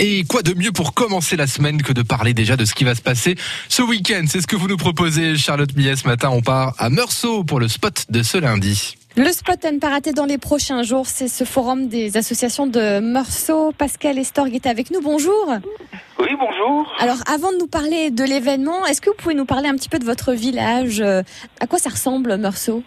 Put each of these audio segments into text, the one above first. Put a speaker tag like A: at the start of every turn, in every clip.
A: Et quoi de mieux pour commencer la semaine que de parler déjà de ce qui va se passer ce week-end C'est ce que vous nous proposez, Charlotte Millet. Ce matin, on part à Meursault pour le spot de ce lundi.
B: Le spot à ne pas rater dans les prochains jours, c'est ce forum des associations de Meursault. Pascal Estorg est avec nous, bonjour.
C: Oui, bonjour.
B: Alors avant de nous parler de l'événement, est-ce que vous pouvez nous parler un petit peu de votre village euh, À quoi ça ressemble Meursault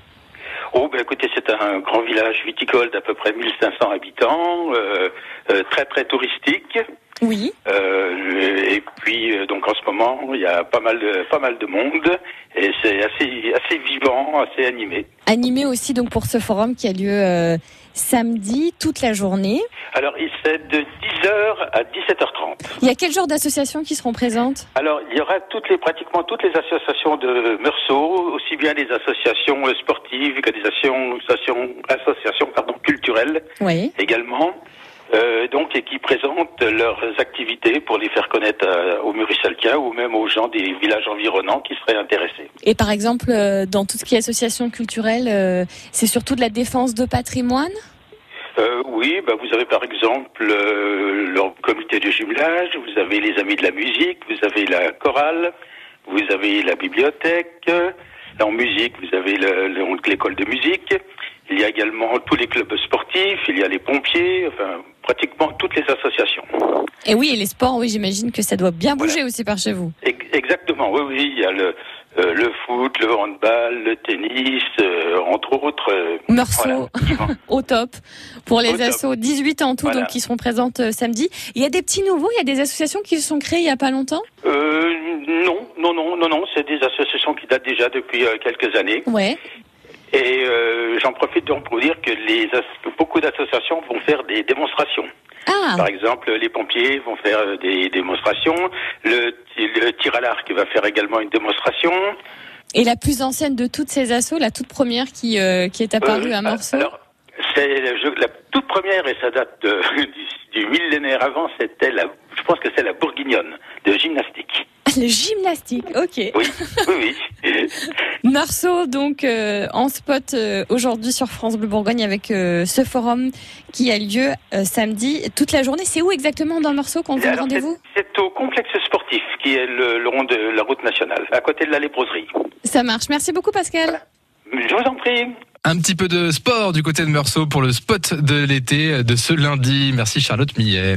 C: Oh, ben écoutez, c'est un grand village viticole d'à peu près 1500 habitants, euh, euh, très très touristique.
B: Oui.
C: Euh, et puis euh, donc en ce moment, il y a pas mal de pas mal de monde et c'est assez assez vivant, assez animé.
B: Animé aussi donc pour ce forum qui a lieu euh, samedi toute la journée.
C: Alors, il c'est de 10h à 17h30.
B: Il y a quel genre d'associations qui seront présentes
C: Alors, il y aura toutes les, pratiquement toutes les associations de Meursault, aussi bien des associations euh, sportives que des associations, associations pardon, culturelles
B: Oui.
C: également, euh, donc, et qui présentent leurs activités pour les faire connaître euh, aux Murisalquiens ou même aux gens des villages environnants qui seraient intéressés.
B: Et par exemple, euh, dans tout ce qui est association culturelle, euh, c'est surtout de la défense de patrimoine
C: Euh, oui, bah, vous avez par exemple euh, le comité de jumelage, vous avez les amis de la musique, vous avez la chorale, vous avez la bibliothèque, euh, en musique vous avez le- le- donc l'école de musique, il y a également tous les clubs sportifs, il y a les pompiers, enfin pratiquement toutes les associations.
B: Et oui, et les sports, oui, j'imagine que ça doit bien bouger
C: Voilà.
B: aussi par chez vous.
C: Ex- exactement, oui, oui, il y a le, euh, le foot, le handball, le tennis, euh, entre autres. euh,
B: Meursault,
C: voilà, qui vont-
B: au top pour
C: Au
B: les
C: top.
B: assos, 18 ans en tout,
C: Voilà.
B: donc qui seront présentes euh, samedi. Il y a des petits nouveaux, il y a des associations qui se sont créées il y a pas longtemps.
C: Euh, non, non, non, non, non, c'est des associations qui datent déjà depuis euh, quelques années.
B: Ouais.
C: Et euh, j'en profite donc pour dire que les as- que beaucoup d'associations vont faire des démonstrations.
B: Ah,
C: Par exemple, les pompiers vont faire euh, des démonstrations, le, le tir à l'arc va faire également une démonstration.
B: et la plus ancienne de toutes ces assos, la toute première qui, euh, qui est apparue
C: Euh,
B: à Morceau.
C: Alors, c'est le jeu- la toute première, et ça date de- du, du millénaire avant, c'était la, je pense que c'est la bourguignonne de gymnastique.
B: Le gymnastique, ok.
C: Oui, oui, oui.
B: Marceau, donc, euh, en spot euh, aujourd'hui sur France Bleu Bourgogne avec euh, ce forum qui a lieu euh, samedi toute la journée. C'est où exactement dans Marceau qu'on vous donne
C: Alors, c'est-
B: rendez-vous
C: C'est au complexe sportif qui est le, le rond de la route nationale, à côté de la léproserie.
B: Ça marche. Merci beaucoup, Pascal.
C: Je vous en prie.
A: Un petit peu de sport du côté de Meursault pour le spot de l'été de ce lundi. Merci Charlotte Millet.